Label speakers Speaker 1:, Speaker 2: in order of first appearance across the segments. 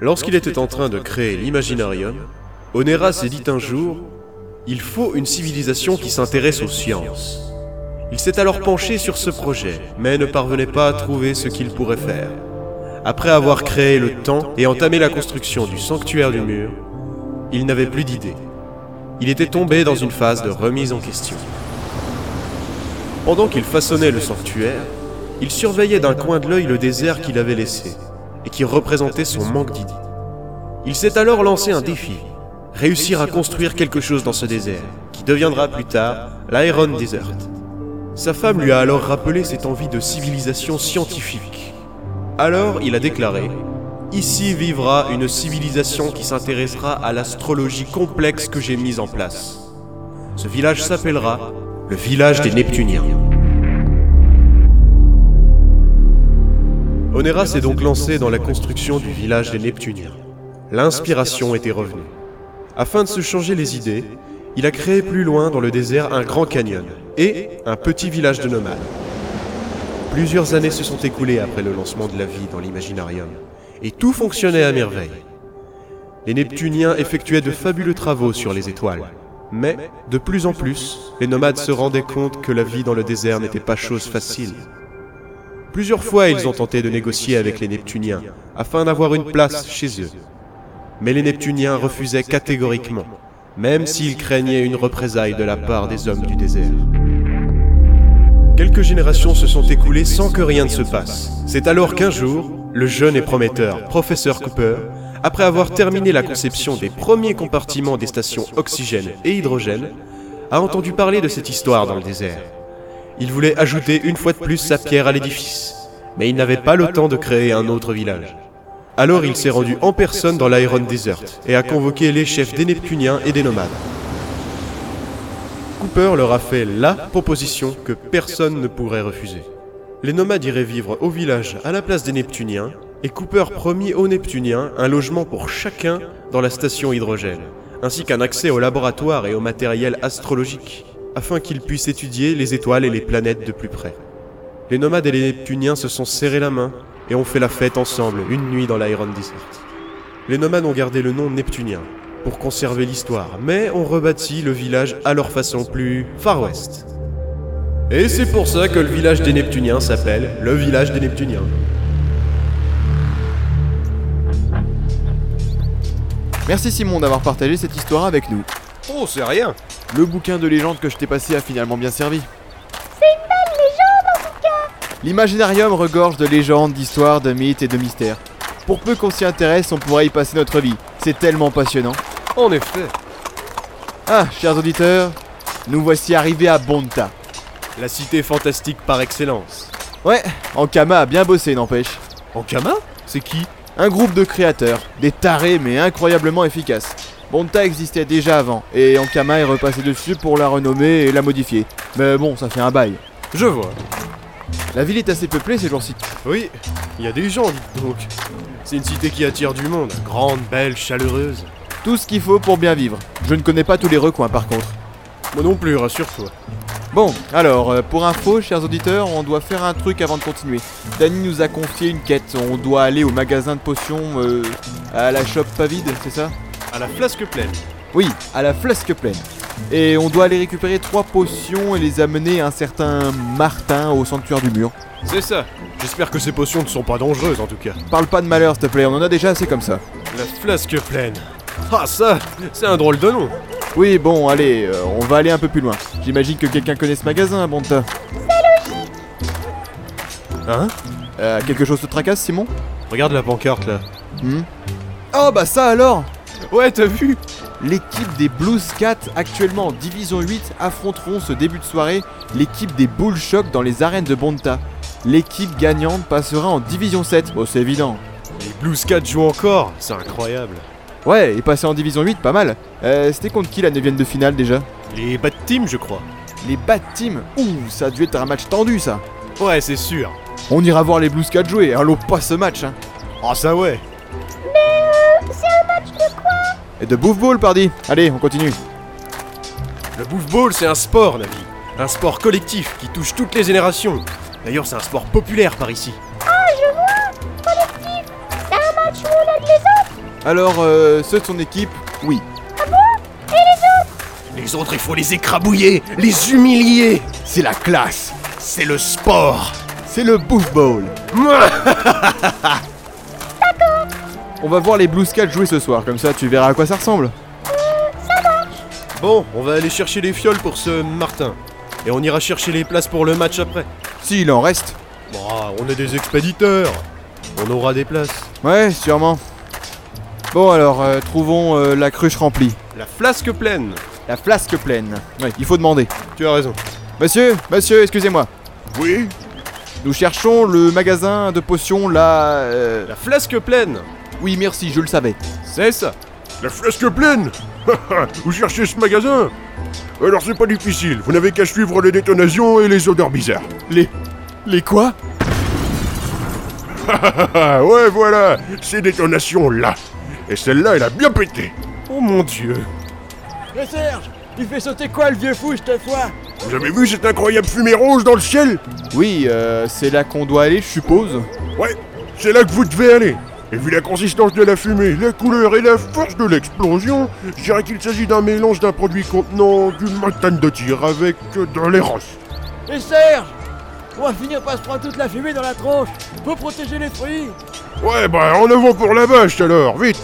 Speaker 1: Lorsqu'il était en train de créer l'Imaginarium, Onera s'est dit un jour Il faut une civilisation qui s'intéresse aux sciences. Il s'est alors penché sur ce projet, mais ne parvenait pas à trouver ce qu'il pourrait faire. Après avoir créé le temps et entamé la construction du sanctuaire du mur, il n'avait plus d'idée. Il était tombé dans une phase de remise en question. Pendant qu'il façonnait le sanctuaire, il surveillait d'un coin de l'œil le désert qu'il avait laissé et qui représentait son manque d'idées. Il s'est alors lancé un défi, réussir à construire quelque chose dans ce désert, qui deviendra plus tard l'Iron Desert. Sa femme lui a alors rappelé cette envie de civilisation scientifique. Alors il a déclaré Ici vivra une civilisation qui s'intéressera à l'astrologie complexe que j'ai mise en place. Ce village s'appellera le village des Neptuniens. Onera s'est donc lancé dans la construction du village des Neptuniens. L'inspiration était revenue. Afin de se changer les idées, il a créé plus loin dans le désert un grand canyon et un petit village de nomades. Plusieurs années se sont écoulées après le lancement de la vie dans l'imaginarium, et tout fonctionnait à merveille. Les Neptuniens effectuaient de fabuleux travaux sur les étoiles, mais de plus en plus, les nomades se rendaient compte que la vie dans le désert n'était pas chose facile. Plusieurs fois, ils ont tenté de négocier avec les Neptuniens afin d'avoir une place chez eux. Mais les Neptuniens refusaient catégoriquement, même s'ils craignaient une représaille de la part des hommes du désert. Quelques générations se sont écoulées sans que rien ne se passe. C'est alors qu'un jour, le jeune et prometteur professeur Cooper, après avoir terminé la conception des premiers compartiments des stations oxygène et hydrogène, a entendu parler de cette histoire dans le désert. Il voulait ajouter une fois de plus sa pierre à l'édifice, mais il n'avait pas le temps de créer un autre village. Alors il s'est rendu en personne dans l'Iron Desert et a convoqué les chefs des Neptuniens et des Nomades. Cooper leur a fait LA proposition que personne ne pourrait refuser. Les Nomades iraient vivre au village à la place des Neptuniens et Cooper promit aux Neptuniens un logement pour chacun dans la station hydrogène, ainsi qu'un accès au laboratoire et au matériel astrologique afin qu'ils puissent étudier les étoiles et les planètes de plus près. Les nomades et les neptuniens se sont serrés la main et ont fait la fête ensemble une nuit dans l'Iron Desert. Les nomades ont gardé le nom neptunien pour conserver l'histoire, mais ont rebâti le village à leur façon plus Far West. Et c'est pour ça que le village des Neptuniens s'appelle le village des Neptuniens.
Speaker 2: Merci Simon d'avoir partagé cette histoire avec nous.
Speaker 3: Oh, c'est rien
Speaker 2: Le bouquin de légende que je t'ai passé a finalement bien servi. L'imaginarium regorge de légendes, d'histoires, de mythes et de mystères. Pour peu qu'on s'y intéresse, on pourrait y passer notre vie. C'est tellement passionnant.
Speaker 3: En effet,
Speaker 2: Ah, chers auditeurs, nous voici arrivés à Bonta.
Speaker 1: La cité fantastique par excellence.
Speaker 2: Ouais, Ankama a bien bossé, n'empêche.
Speaker 1: Ankama C'est qui
Speaker 2: Un groupe de créateurs, des tarés mais incroyablement efficaces. Bonta existait déjà avant, et Ankama est repassé dessus pour la renommer et la modifier. Mais bon, ça fait un bail.
Speaker 1: Je vois.
Speaker 2: La ville est assez peuplée ces jours-ci.
Speaker 1: Oui, il y a des gens, dites donc. C'est une cité qui attire du monde. Grande, belle, chaleureuse.
Speaker 2: Tout ce qu'il faut pour bien vivre. Je ne connais pas tous les recoins par contre.
Speaker 1: Moi non plus, rassure-toi.
Speaker 2: Bon, alors, euh, pour info, chers auditeurs, on doit faire un truc avant de continuer. Danny nous a confié une quête. On doit aller au magasin de potions, euh, à la shop pas vide, c'est ça
Speaker 1: À la flasque pleine.
Speaker 2: Oui, à la flasque pleine. Et on doit aller récupérer trois potions et les amener à un certain Martin au sanctuaire du mur.
Speaker 1: C'est ça. J'espère que ces potions ne sont pas dangereuses en tout cas.
Speaker 2: Parle pas de malheur, s'il te plaît, on en a déjà assez comme ça.
Speaker 1: La flasque pleine. Ah ça, c'est un drôle de nom.
Speaker 2: Oui, bon, allez, euh, on va aller un peu plus loin. J'imagine que quelqu'un connaît ce magasin, Bonta.
Speaker 1: Hein
Speaker 2: Euh, quelque chose te tracasse, Simon
Speaker 1: Regarde la pancarte là.
Speaker 2: Hmm Oh, bah ça alors
Speaker 1: Ouais, t'as vu
Speaker 2: L'équipe des Blues Cats, actuellement en Division 8, affronteront ce début de soirée l'équipe des Bull Shock dans les arènes de Bonta. L'équipe gagnante passera en Division 7, bon c'est évident.
Speaker 1: Les Blues 4 jouent encore. C'est incroyable.
Speaker 2: Ouais, et passer en Division 8, pas mal. Euh, C'était contre qui la 9 de finale déjà
Speaker 1: Les Bad Team, je crois.
Speaker 2: Les Bad Team Ouh, ça a dû être un match tendu ça
Speaker 1: Ouais, c'est sûr.
Speaker 2: On ira voir les Blues Cats jouer, hein, l'autre pas ce match hein
Speaker 1: Ah ça ouais.
Speaker 2: Et de Bouffe Ball, pardi Allez, on continue
Speaker 1: Le ball c'est un sport, Navi. Un sport collectif qui touche toutes les générations. D'ailleurs, c'est un sport populaire par ici.
Speaker 4: C'est un match où on aide les autres
Speaker 2: Alors, euh, ceux de son équipe, oui.
Speaker 5: Les autres, il faut les écrabouiller, les humilier.
Speaker 2: C'est la classe
Speaker 5: C'est le sport.
Speaker 2: C'est le Bouffe Bowl On va voir les Blue Scats jouer ce soir, comme ça tu verras à quoi ça ressemble.
Speaker 1: Bon, on va aller chercher les fioles pour ce Martin. Et on ira chercher les places pour le match après.
Speaker 2: S'il en reste.
Speaker 1: Bah, on est des expéditeurs. On aura des places.
Speaker 2: Ouais, sûrement. Bon alors, euh, trouvons euh, la cruche remplie.
Speaker 1: La flasque pleine.
Speaker 2: La flasque pleine. Ouais, il faut demander.
Speaker 1: Tu as raison.
Speaker 2: Monsieur, monsieur, excusez-moi.
Speaker 5: Oui
Speaker 2: Nous cherchons le magasin de potions, là... euh,
Speaker 1: La flasque pleine.
Speaker 2: Oui, merci, je le savais.
Speaker 1: C'est ça.
Speaker 5: La flasque pleine Vous cherchez ce magasin Alors c'est pas difficile, vous n'avez qu'à suivre les détonations et les odeurs bizarres.
Speaker 2: Les... Les quoi
Speaker 5: Ah ouais voilà, ces détonations là Et celle-là elle a bien pété
Speaker 1: Oh mon dieu.
Speaker 6: Mais Eh, Serge, tu fais sauter quoi le vieux fou cette fois
Speaker 5: Vous avez vu cette incroyable fumée rouge dans le ciel
Speaker 2: Oui, euh, c'est là qu'on doit aller, je suppose.
Speaker 5: Ouais, c'est là que vous devez aller Et vu la consistance de la fumée, la couleur et la force de l'explosion, je dirais qu'il s'agit d'un mélange d'un produit contenant du méthane de tir avec euh, de l'érance.
Speaker 6: Et Serge On va finir par se prendre toute la fumée dans la tronche Faut protéger les fruits
Speaker 5: Ouais bah en avant pour la vache alors, vite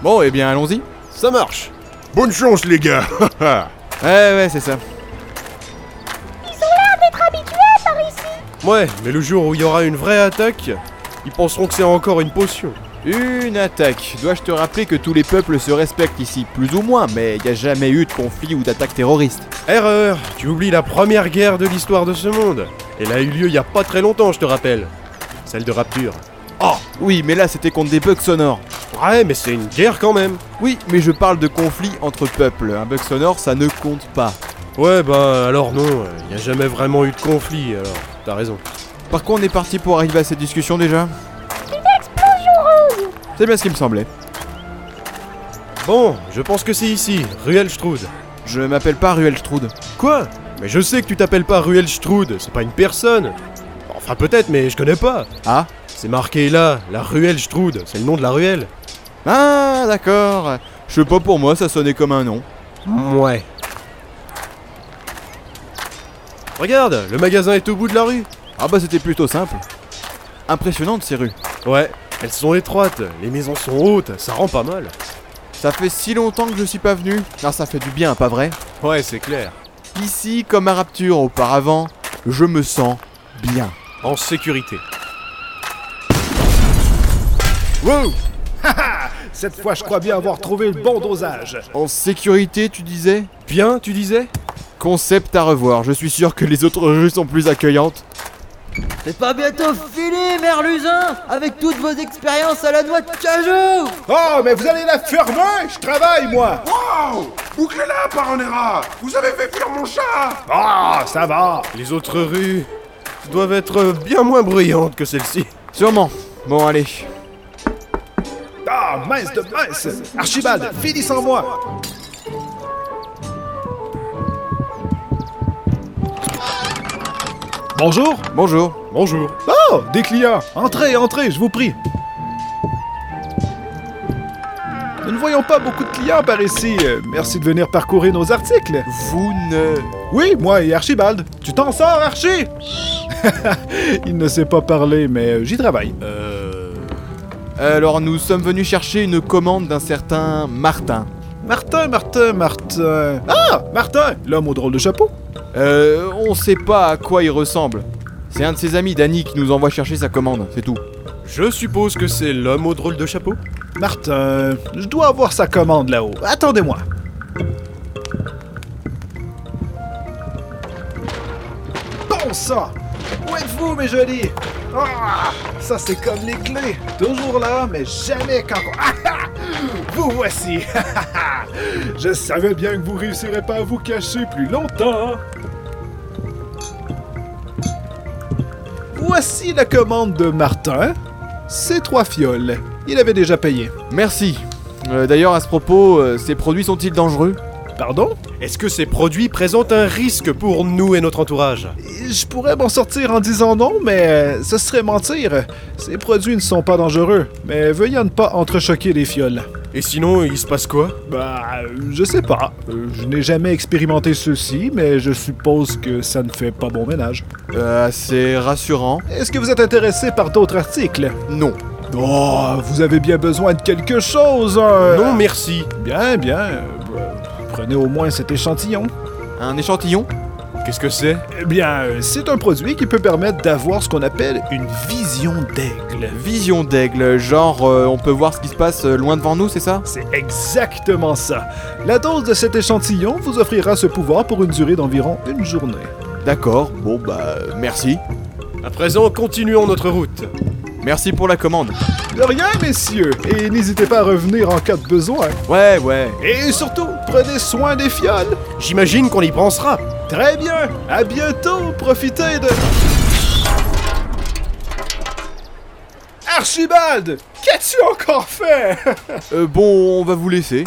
Speaker 2: Bon, eh bien, allons-y.
Speaker 1: Ça marche.
Speaker 5: Bonne chance les gars
Speaker 2: Ouais, ouais, c'est ça.
Speaker 1: Ouais, mais le jour où il y aura une vraie attaque, ils penseront que c'est encore une potion.
Speaker 2: Une attaque. Dois-je te rappeler que tous les peuples se respectent ici, plus ou moins, mais il a jamais eu de conflit ou d'attaque terroriste.
Speaker 1: Erreur Tu oublies la première guerre de l'histoire de ce monde. Elle a eu lieu il y a pas très longtemps, je te rappelle. Celle de Rapture.
Speaker 2: Oh! Oui, mais là, c'était contre des bugs sonores.
Speaker 1: Ouais, mais c'est une guerre quand même.
Speaker 2: Oui, mais je parle de conflit entre peuples. Un bug sonore, ça ne compte pas.
Speaker 1: Ouais, bah alors non, il n'y a jamais vraiment eu de conflit, alors t'as raison.
Speaker 2: Par quoi on est parti pour arriver à cette discussion déjà Une explosion rose C'est bien ce qui me semblait.
Speaker 1: Bon, je pense que c'est ici, Ruel Strud.
Speaker 2: Je m'appelle pas Ruel Strud.
Speaker 1: Quoi Mais je sais que tu t'appelles pas Ruel Strud, c'est pas une personne. Enfin peut-être, mais je connais pas.
Speaker 2: Ah
Speaker 1: C'est marqué là, la ruelle Strud, c'est le nom de la ruelle.
Speaker 2: Ah, d'accord. Je sais pas pour moi, ça sonnait comme un nom.
Speaker 1: Ouais. Regarde, le magasin est au bout de la rue.
Speaker 2: Ah bah c'était plutôt simple. Impressionnante ces rues.
Speaker 1: Ouais, elles sont étroites, les maisons sont hautes, ça rend pas mal.
Speaker 2: Ça fait si longtemps que je suis pas venu. Ah ça fait du bien, pas vrai
Speaker 1: Ouais, c'est clair.
Speaker 2: Ici, comme à Rapture auparavant, je me sens bien.
Speaker 1: En sécurité.
Speaker 7: Cette fois, je crois bien avoir trouvé le bon dosage.
Speaker 2: En sécurité, tu disais
Speaker 1: Bien, tu disais
Speaker 2: Concept à revoir, je suis sûr que les autres rues sont plus accueillantes.
Speaker 6: C'est pas bientôt fini, merluzin Avec toutes vos expériences à la noix de cajou
Speaker 7: Oh, mais vous allez la faire vain Je travaille, moi
Speaker 5: Wow Bouclez-la, Paranera Vous avez fait fuir mon chat
Speaker 7: Ah, ça va
Speaker 1: Les autres rues doivent être bien moins bruyantes que celle-ci.
Speaker 2: Sûrement. Bon, allez.
Speaker 7: Ah, mince de mince Archibald, finis sans moi Bonjour
Speaker 2: Bonjour.
Speaker 1: Bonjour.
Speaker 7: Oh, des clients Entrez, entrez, je vous prie Nous ne voyons pas beaucoup de clients par ici. Euh, Merci de venir parcourir nos articles.
Speaker 2: Vous ne.
Speaker 7: Oui, moi et Archibald. Tu t'en sors, Archie Il ne sait pas parler, mais j'y travaille.
Speaker 1: Euh...
Speaker 2: Alors, nous sommes venus chercher une commande d'un certain Martin.
Speaker 7: Martin, Martin, Martin. Ah Martin L'homme au drôle de chapeau
Speaker 2: Euh, on sait pas à quoi il ressemble. C'est un de ses amis, Danny, qui nous envoie chercher sa commande, c'est tout.
Speaker 1: Je suppose que c'est l'homme au drôle de chapeau
Speaker 7: Martin, je dois avoir sa commande là-haut. Attendez-moi. Bon sang Où êtes-vous, mes jolis Ah Ça, c'est comme les clés. Toujours là, mais jamais quand... Ah, ah vous voici Ah, Je savais bien que vous réussirez pas à vous cacher plus longtemps. Voici la commande de Martin. C'est trois fioles. Il avait déjà payé.
Speaker 2: Merci. Euh, D'ailleurs, à ce propos, euh, ces produits sont-ils dangereux
Speaker 7: Pardon
Speaker 1: Est-ce que ces produits présentent un risque pour nous et notre entourage
Speaker 7: Je pourrais m'en sortir en disant non, mais euh, ce serait mentir. Ces produits ne sont pas dangereux, mais veuillez ne pas entrechoquer les fioles.
Speaker 1: Et sinon, il se passe quoi
Speaker 7: Bah, euh, je sais pas. Euh, Je n'ai jamais expérimenté ceci, mais je suppose que ça ne fait pas bon ménage.
Speaker 2: Euh, c'est rassurant.
Speaker 7: Est-ce que vous êtes intéressé par d'autres articles
Speaker 2: Non.
Speaker 7: Oh, vous avez bien besoin de quelque chose, hein
Speaker 1: Non, merci.
Speaker 7: Bien, bien. euh, bah, Prenez au moins cet échantillon.
Speaker 2: Un échantillon
Speaker 1: Qu'est-ce que c'est
Speaker 7: Eh bien, euh, c'est un produit qui peut permettre d'avoir ce qu'on appelle une vision d'aigle.
Speaker 2: Vision d'aigle, genre euh, on peut voir ce qui se passe euh, loin devant nous, c'est ça
Speaker 7: C'est exactement ça. La dose de cet échantillon vous offrira ce pouvoir pour une durée d'environ une journée.
Speaker 2: D'accord, bon bah euh, merci.
Speaker 1: À présent, continuons notre route.
Speaker 2: Merci pour la commande.
Speaker 7: De rien, messieurs, et n'hésitez pas à revenir en cas de besoin.
Speaker 2: Ouais, ouais.
Speaker 7: Et surtout, prenez soin des fioles.
Speaker 1: J'imagine qu'on y pensera.
Speaker 7: Très bien, à bientôt, profitez de... Archibald, qu'as-tu encore fait
Speaker 2: Euh, bon, on va vous laisser.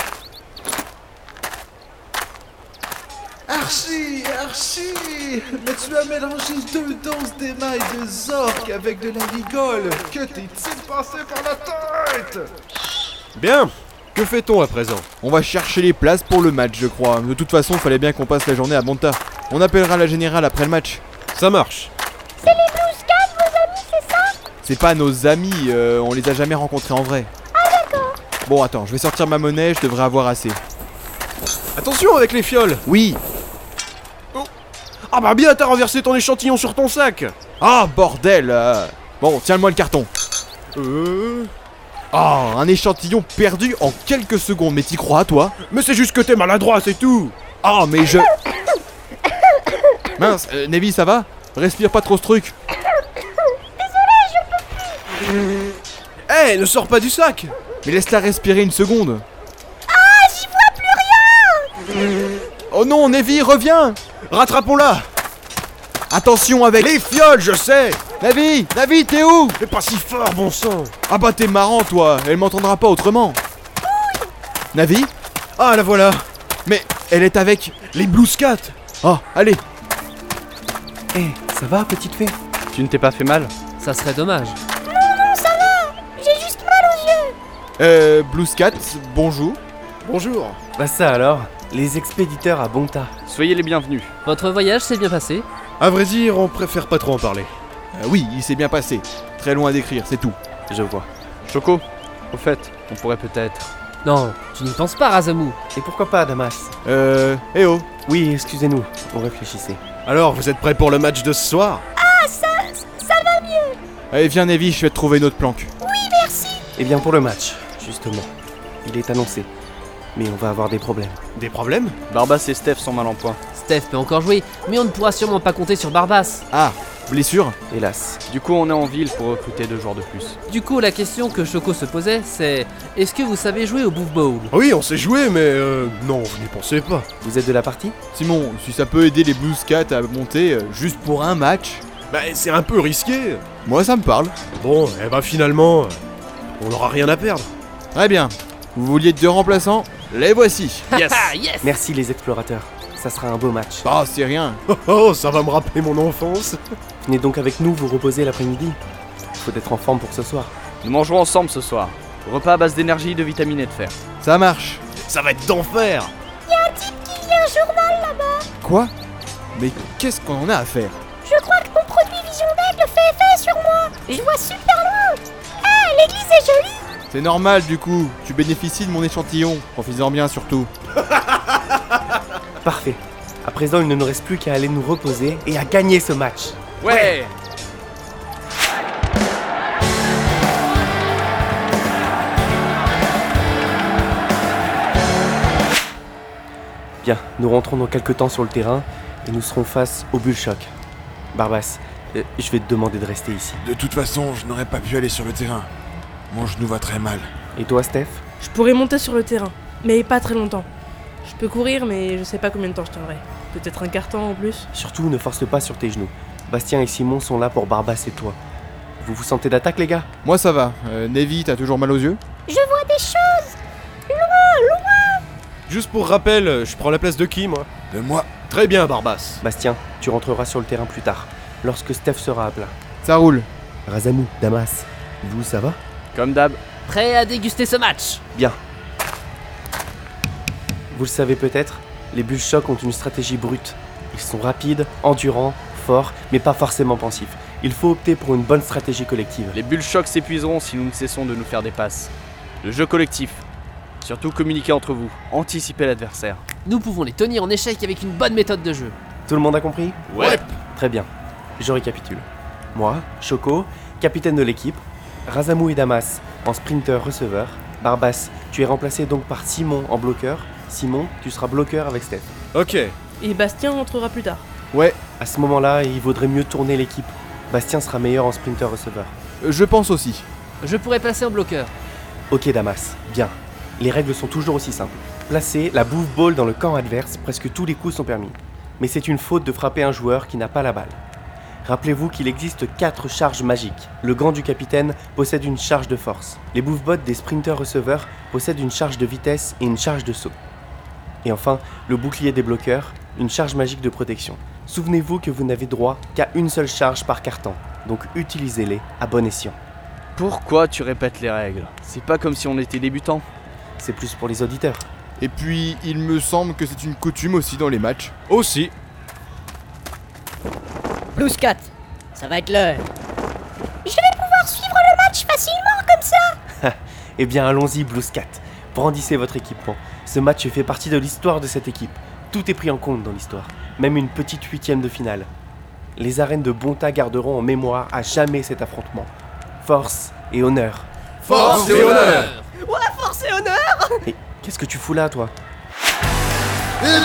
Speaker 7: Archie, Archie Mais tu as mélangé deux doses d'émail de Zork avec de la rigole Que t'es-il passé par la tête
Speaker 1: Bien. Que fait-on à présent
Speaker 2: On va chercher les places pour le match, je crois. De toute façon, fallait bien qu'on passe la journée à Monta. On appellera la générale après le match.
Speaker 1: Ça marche.
Speaker 2: C'est pas nos amis, euh, on les a jamais rencontrés en vrai. Ah d'accord. Bon, attends, je vais sortir ma monnaie, je devrais avoir assez.
Speaker 1: Attention avec les fioles
Speaker 2: Oui.
Speaker 1: Ah bah bien, t'as renversé ton échantillon sur ton sac
Speaker 2: Ah bordel. euh. Bon, tiens-moi le carton.
Speaker 1: Euh...
Speaker 2: Ah, un échantillon perdu en quelques secondes, mais t'y crois, toi
Speaker 1: Mais c'est juste que t'es maladroit, c'est tout
Speaker 2: Ah, mais je... Mince, euh, Nevi, ça va Respire pas trop ce truc.
Speaker 1: Eh, ne sors pas du sac
Speaker 2: Mais laisse-la respirer une seconde. Ah, j'y vois plus rien Oh non, Nevi, reviens
Speaker 1: Rattrapons-la
Speaker 2: Attention avec...
Speaker 1: Les fioles, je sais
Speaker 2: Navi Navi, t'es où
Speaker 1: Mais pas si fort, bon sang
Speaker 2: Ah bah t'es marrant, toi Elle m'entendra pas autrement. Navi
Speaker 1: Ah, la voilà
Speaker 2: Mais elle est avec...
Speaker 1: Les Blue Scats
Speaker 2: Ah, allez
Speaker 8: Eh, ça va, petite fée Tu ne t'es pas fait mal Ça serait dommage.
Speaker 2: Euh, Blue Scat, bonjour.
Speaker 1: Bonjour
Speaker 8: Bah ça alors, les expéditeurs à Bonta. Soyez les bienvenus. Votre voyage s'est bien passé
Speaker 1: À vrai dire, on préfère pas trop en parler.
Speaker 2: Euh, oui, il s'est bien passé. Très loin à décrire, c'est tout.
Speaker 8: Je vois. Choco, au fait, on pourrait peut-être... Non, tu n'y penses pas, Razamu. Et pourquoi pas, Damas
Speaker 2: Euh, eh oh
Speaker 8: Oui, excusez-nous, on réfléchissait.
Speaker 1: Alors, vous êtes prêts pour le match de ce soir
Speaker 2: Allez, viens, Nevi, je vais te trouver une autre planque.
Speaker 8: Eh bien pour le match, justement. Il est annoncé. Mais on va avoir des problèmes.
Speaker 1: Des problèmes
Speaker 9: Barbas et Steph sont mal en point.
Speaker 6: Steph peut encore jouer, mais on ne pourra sûrement pas compter sur Barbas.
Speaker 2: Ah, blessure
Speaker 8: Hélas.
Speaker 9: Du coup, on est en ville pour recruter deux joueurs de plus.
Speaker 6: Du coup, la question que Choco se posait, c'est est-ce que vous savez jouer au Bouffe Bowl
Speaker 1: Oui, on sait jouer, mais euh, non, vous n'y pensez pas.
Speaker 8: Vous êtes de la partie
Speaker 2: Simon, si ça peut aider les Blue Scats à monter euh, juste pour un match,
Speaker 1: Bah, c'est un peu risqué.
Speaker 2: moi ça me parle.
Speaker 1: Bon, eh ben finalement, euh, on n'aura rien à perdre.
Speaker 2: Très bien. Vous vouliez deux remplaçants Les voici.
Speaker 8: Yes
Speaker 6: Ah yes
Speaker 8: Merci les explorateurs. Ça sera un beau match.
Speaker 2: Ah, c'est rien.
Speaker 1: Oh, oh, ça va me rappeler mon enfance.
Speaker 8: Venez donc avec nous vous reposer l'après-midi. Faut être en forme pour ce soir.
Speaker 9: Nous mangerons ensemble ce soir. Repas à base d'énergie, de vitamines et de fer.
Speaker 2: Ça marche.
Speaker 1: Ça va être d'enfer.
Speaker 2: Quoi Mais qu'est-ce qu'on en a à faire
Speaker 10: Je crois que mon produit Vision d'Aigle fait effet sur moi. Je vois super loin. Ah, l'église est jolie.
Speaker 2: C'est normal du coup, tu bénéficies de mon échantillon. Profites-en bien surtout.
Speaker 8: Parfait. À présent, il ne nous reste plus qu'à aller nous reposer et à gagner ce match.
Speaker 9: Ouais
Speaker 8: Bien, nous rentrons dans quelques temps sur le terrain et nous serons face au Bullshock. Barbas, euh, je vais te demander de rester ici.
Speaker 11: De toute façon, je n'aurais pas pu aller sur le terrain. Mon genou va très mal.
Speaker 8: Et toi, Steph
Speaker 10: Je pourrais monter sur le terrain, mais pas très longtemps. Je peux courir, mais je sais pas combien de temps je tiendrai. Peut-être un quart temps en plus.
Speaker 8: Surtout, ne force pas sur tes genoux. Bastien et Simon sont là pour Barbas et toi. Vous vous sentez d'attaque, les gars
Speaker 2: Moi ça va. Euh, Nevi, t'as toujours mal aux yeux
Speaker 10: Je vois des choses. Loin, loin.
Speaker 1: Juste pour rappel, euh, je prends la place de qui, moi
Speaker 11: De moi.
Speaker 1: Très bien, Barbas.
Speaker 8: Bastien, tu rentreras sur le terrain plus tard, lorsque Steph sera à plat.
Speaker 2: Ça roule.
Speaker 8: Razamou, Damas, vous, ça va
Speaker 9: Comme d'hab.
Speaker 6: Prêt à déguster ce match
Speaker 8: Bien. Vous le savez peut-être, les bulles choc ont une stratégie brute. Ils sont rapides, endurants, forts, mais pas forcément pensifs. Il faut opter pour une bonne stratégie collective.
Speaker 9: Les bulles chocs s'épuiseront si nous ne cessons de nous faire des passes. Le jeu collectif. Surtout communiquer entre vous. Anticiper l'adversaire.
Speaker 6: Nous pouvons les tenir en échec avec une bonne méthode de jeu.
Speaker 8: Tout le monde a compris
Speaker 9: Ouais.
Speaker 8: Très bien, je récapitule. Moi, Choco, capitaine de l'équipe, Razamou et Damas en sprinter receveur, Barbas, tu es remplacé donc par Simon en bloqueur, Simon, tu seras bloqueur avec Steph.
Speaker 1: Ok.
Speaker 10: Et Bastien rentrera plus tard.
Speaker 2: Ouais,
Speaker 8: À ce moment-là, il vaudrait mieux tourner l'équipe. Bastien sera meilleur en sprinter receveur.
Speaker 2: euh, je pense aussi.
Speaker 6: Je pourrais passer en bloqueur.
Speaker 8: Ok Damas, bien. Les règles sont toujours aussi simples. Placer la bouffe ball dans le camp adverse, presque tous les coups sont permis. Mais c'est une faute de frapper un joueur qui n'a pas la balle. Rappelez-vous qu'il existe 4 charges magiques. Le gant du capitaine possède une charge de force. Les bouffe-bottes des sprinters receveurs possèdent une charge de vitesse et une charge de saut. Et enfin, le bouclier des bloqueurs, une charge magique de protection. Souvenez-vous que vous n'avez droit qu'à une seule charge par carton, donc utilisez-les à bon escient.
Speaker 9: Pourquoi tu répètes les règles C'est pas comme si on était débutant.
Speaker 8: C'est plus pour les auditeurs.
Speaker 2: Et puis, il me semble que c'est une coutume aussi dans les matchs.
Speaker 3: Aussi.
Speaker 12: Blue Scat, ça va être l'heure. Je vais pouvoir suivre le match facilement comme ça.
Speaker 8: Eh bien, allons-y, Blue Scat. Brandissez votre équipement. Ce match fait partie de l'histoire de cette équipe. Tout est pris en compte dans l'histoire, même une petite huitième de finale. Les arènes de Bonta garderont en mémoire à jamais cet affrontement. Force et honneur.
Speaker 3: Force et honneur
Speaker 12: Ouais, force et honneur
Speaker 8: Et qu'est-ce que tu fous là, toi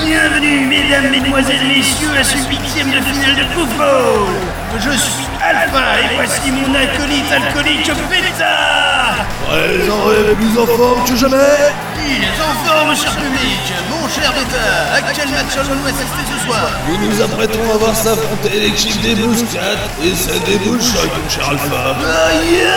Speaker 13: Bienvenue, mesdames, mesdemoiselles, messieurs, à ce huitième de finale de football. Je suis Alpha et voici mon acolyte alcoolique Beta.
Speaker 5: Présent et plus en forme que jamais
Speaker 13: Il est en forme, cher public. Mon cher Beta, à quel match allons-nous assister ce soir
Speaker 5: Nous nous apprêtons à voir s'affronter l'équipe des Bouscats et celle des Bullshots, mon cher Alpha.
Speaker 13: Aïe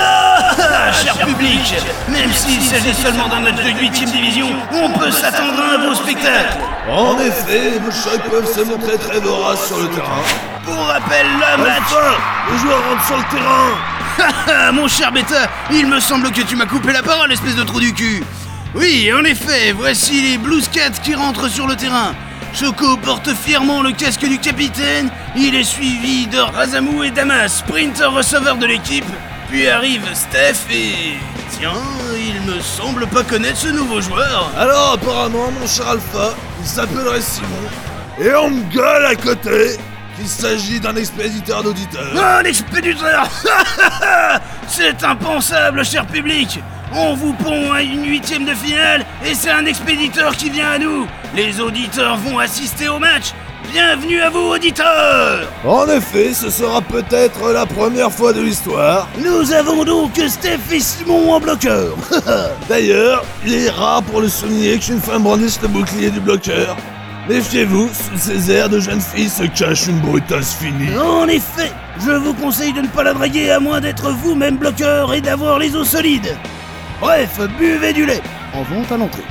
Speaker 13: ah, Cher public, même s'il s'agit seulement d'un match de huitième division, on peut s'attendre à un beau spectacle.
Speaker 5: En effet, les Bullshots peuvent se montrer très voraces sur le terrain.
Speaker 13: Pour rappel, le match...
Speaker 5: le joueur rentre sur le terrain
Speaker 13: Ah, Mon cher Beta, il me semble que tu m'as coupé la parole, espèce de trou du cul. Oui, en effet, voici les Blues Cats qui rentrent sur le terrain. Choco porte fièrement le casque du capitaine. Il est suivi de Razamou et Damas, sprinter receveur de l'équipe. Puis arrive Steph et. Tiens, il me semble pas connaître ce nouveau joueur.
Speaker 5: Alors, apparemment, mon cher Alpha, il s'appellerait Simon. Et on me gueule à côté qu'il s'agit d'un expéditeur d'auditeurs.
Speaker 13: Oh, l'expéditeur C'est impensable, cher public On vous pond à une huitième de finale et c'est un expéditeur qui vient à nous Les auditeurs vont assister au match Bienvenue à vous, auditeurs
Speaker 5: En effet, ce sera peut-être la première fois de l'histoire.
Speaker 13: Nous avons donc Steph et Simon en bloqueur
Speaker 5: D'ailleurs, il est rare pour le souligner qu'une femme brandisse le bouclier du bloqueur. Méfiez-vous, sous ces airs de jeune fille se cache une brutasse finie.
Speaker 13: En effet, je vous conseille de ne pas la draguer à moins d'être vous-même bloqueur et d'avoir les os solides Bref, buvez du lait En vente à l'entrée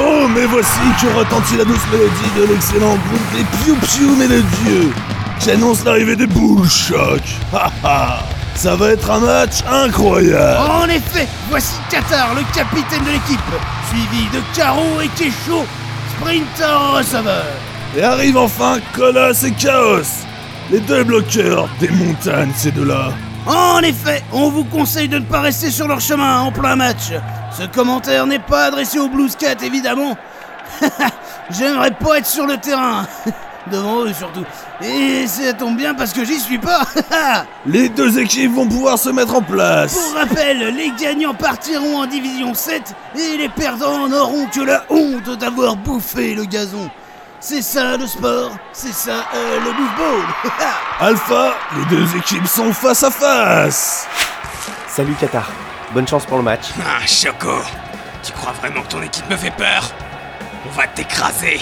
Speaker 5: Oh, mais voici que retentit la douce mélodie de l'excellent groupe des Piou Piou Mélodieux, qui annonce l'arrivée des boules choc. Ha ha Ça va être un match incroyable
Speaker 13: En effet, voici Qatar, le capitaine de l'équipe, suivi de Caro et Kécho, sprinter receveur.
Speaker 5: Et arrive enfin Colas et Chaos, les deux bloqueurs des montagnes, ces deux-là.
Speaker 13: En effet, on vous conseille de ne pas rester sur leur chemin en plein match. Ce commentaire n'est pas adressé aux Blues Cats, évidemment. J'aimerais pas être sur le terrain. Devant eux surtout. Et ça tombe bien parce que j'y suis pas.
Speaker 5: Les deux équipes vont pouvoir se mettre en place.
Speaker 13: Pour rappel, les gagnants partiront en division 7 et les perdants n'auront que la honte d'avoir bouffé le gazon. C'est ça le sport, c'est ça euh, le football.
Speaker 5: Alpha, les deux équipes sont face à face.
Speaker 8: Salut Qatar, bonne chance pour le match.
Speaker 14: Ah, Choco, tu crois vraiment que ton équipe me fait peur On va t'écraser.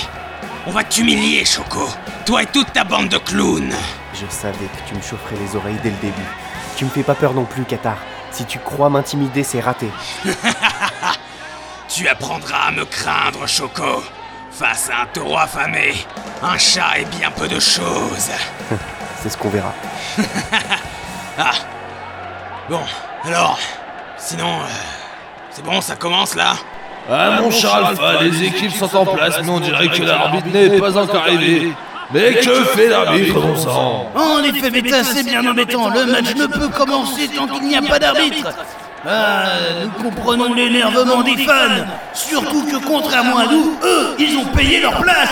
Speaker 14: On va t'humilier, Choco. Toi et toute ta bande de clowns.
Speaker 8: Je savais que tu me chaufferais les oreilles dès le début. Tu me fais pas peur non plus, Qatar. Si tu crois m'intimider, c'est raté.
Speaker 14: Tu apprendras à me craindre, Choco. Face à un taureau affamé, un chat et bien peu de choses.
Speaker 8: C'est ce qu'on verra.
Speaker 14: ah Bon, alors, sinon, euh, c'est bon, ça commence là
Speaker 5: Ah mon cher Alpha, les équipes sont en place, mais on dirait que l'arbitre n'est pas encore arrivé. Mais que fait l'arbitre, bon sang
Speaker 13: En effet, Beta, c'est bien embêtant. Le match ne peut commencer tant qu'il n'y a pas d'arbitre. Ah, nous comprenons l'énervement des fans. Surtout que, contrairement à nous, eux, ils ont payé leur place.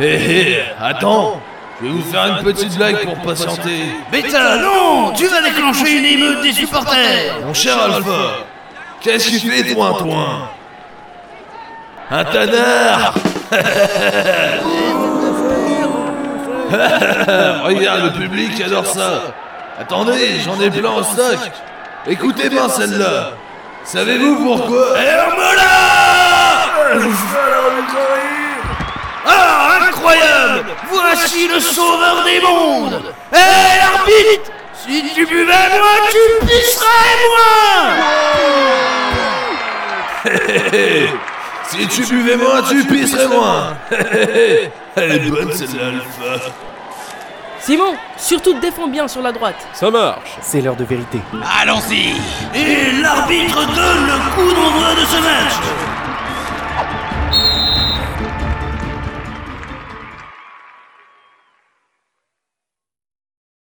Speaker 5: Hé hé, Eh, attends Je vais vous faire une petite blague pour patienter.
Speaker 13: Beta, non Tu vas déclencher une émeute des supporters.
Speaker 5: Mon cher Alpha, qu'est-ce qu'il fait, toi, toi Un tanard Regarde, le public adore ça. Attendez, j'en ai plein en stock. Écoutez bien celle-là. Savez-vous pourquoi Hermola
Speaker 13: Ah, incroyable Voici le sauveur des mondes Hé, arbitre Si tu buvais moins, tu pisserais moins
Speaker 5: Si tu buvais moins, tu pisserais moins. Elle est bonne celle-là, Alpha.
Speaker 10: Simon, surtout défends bien sur la droite.
Speaker 8: Ça marche C'est l'heure de vérité.
Speaker 14: Allons-y
Speaker 13: Et l'arbitre donne le coup d'envoi de ce match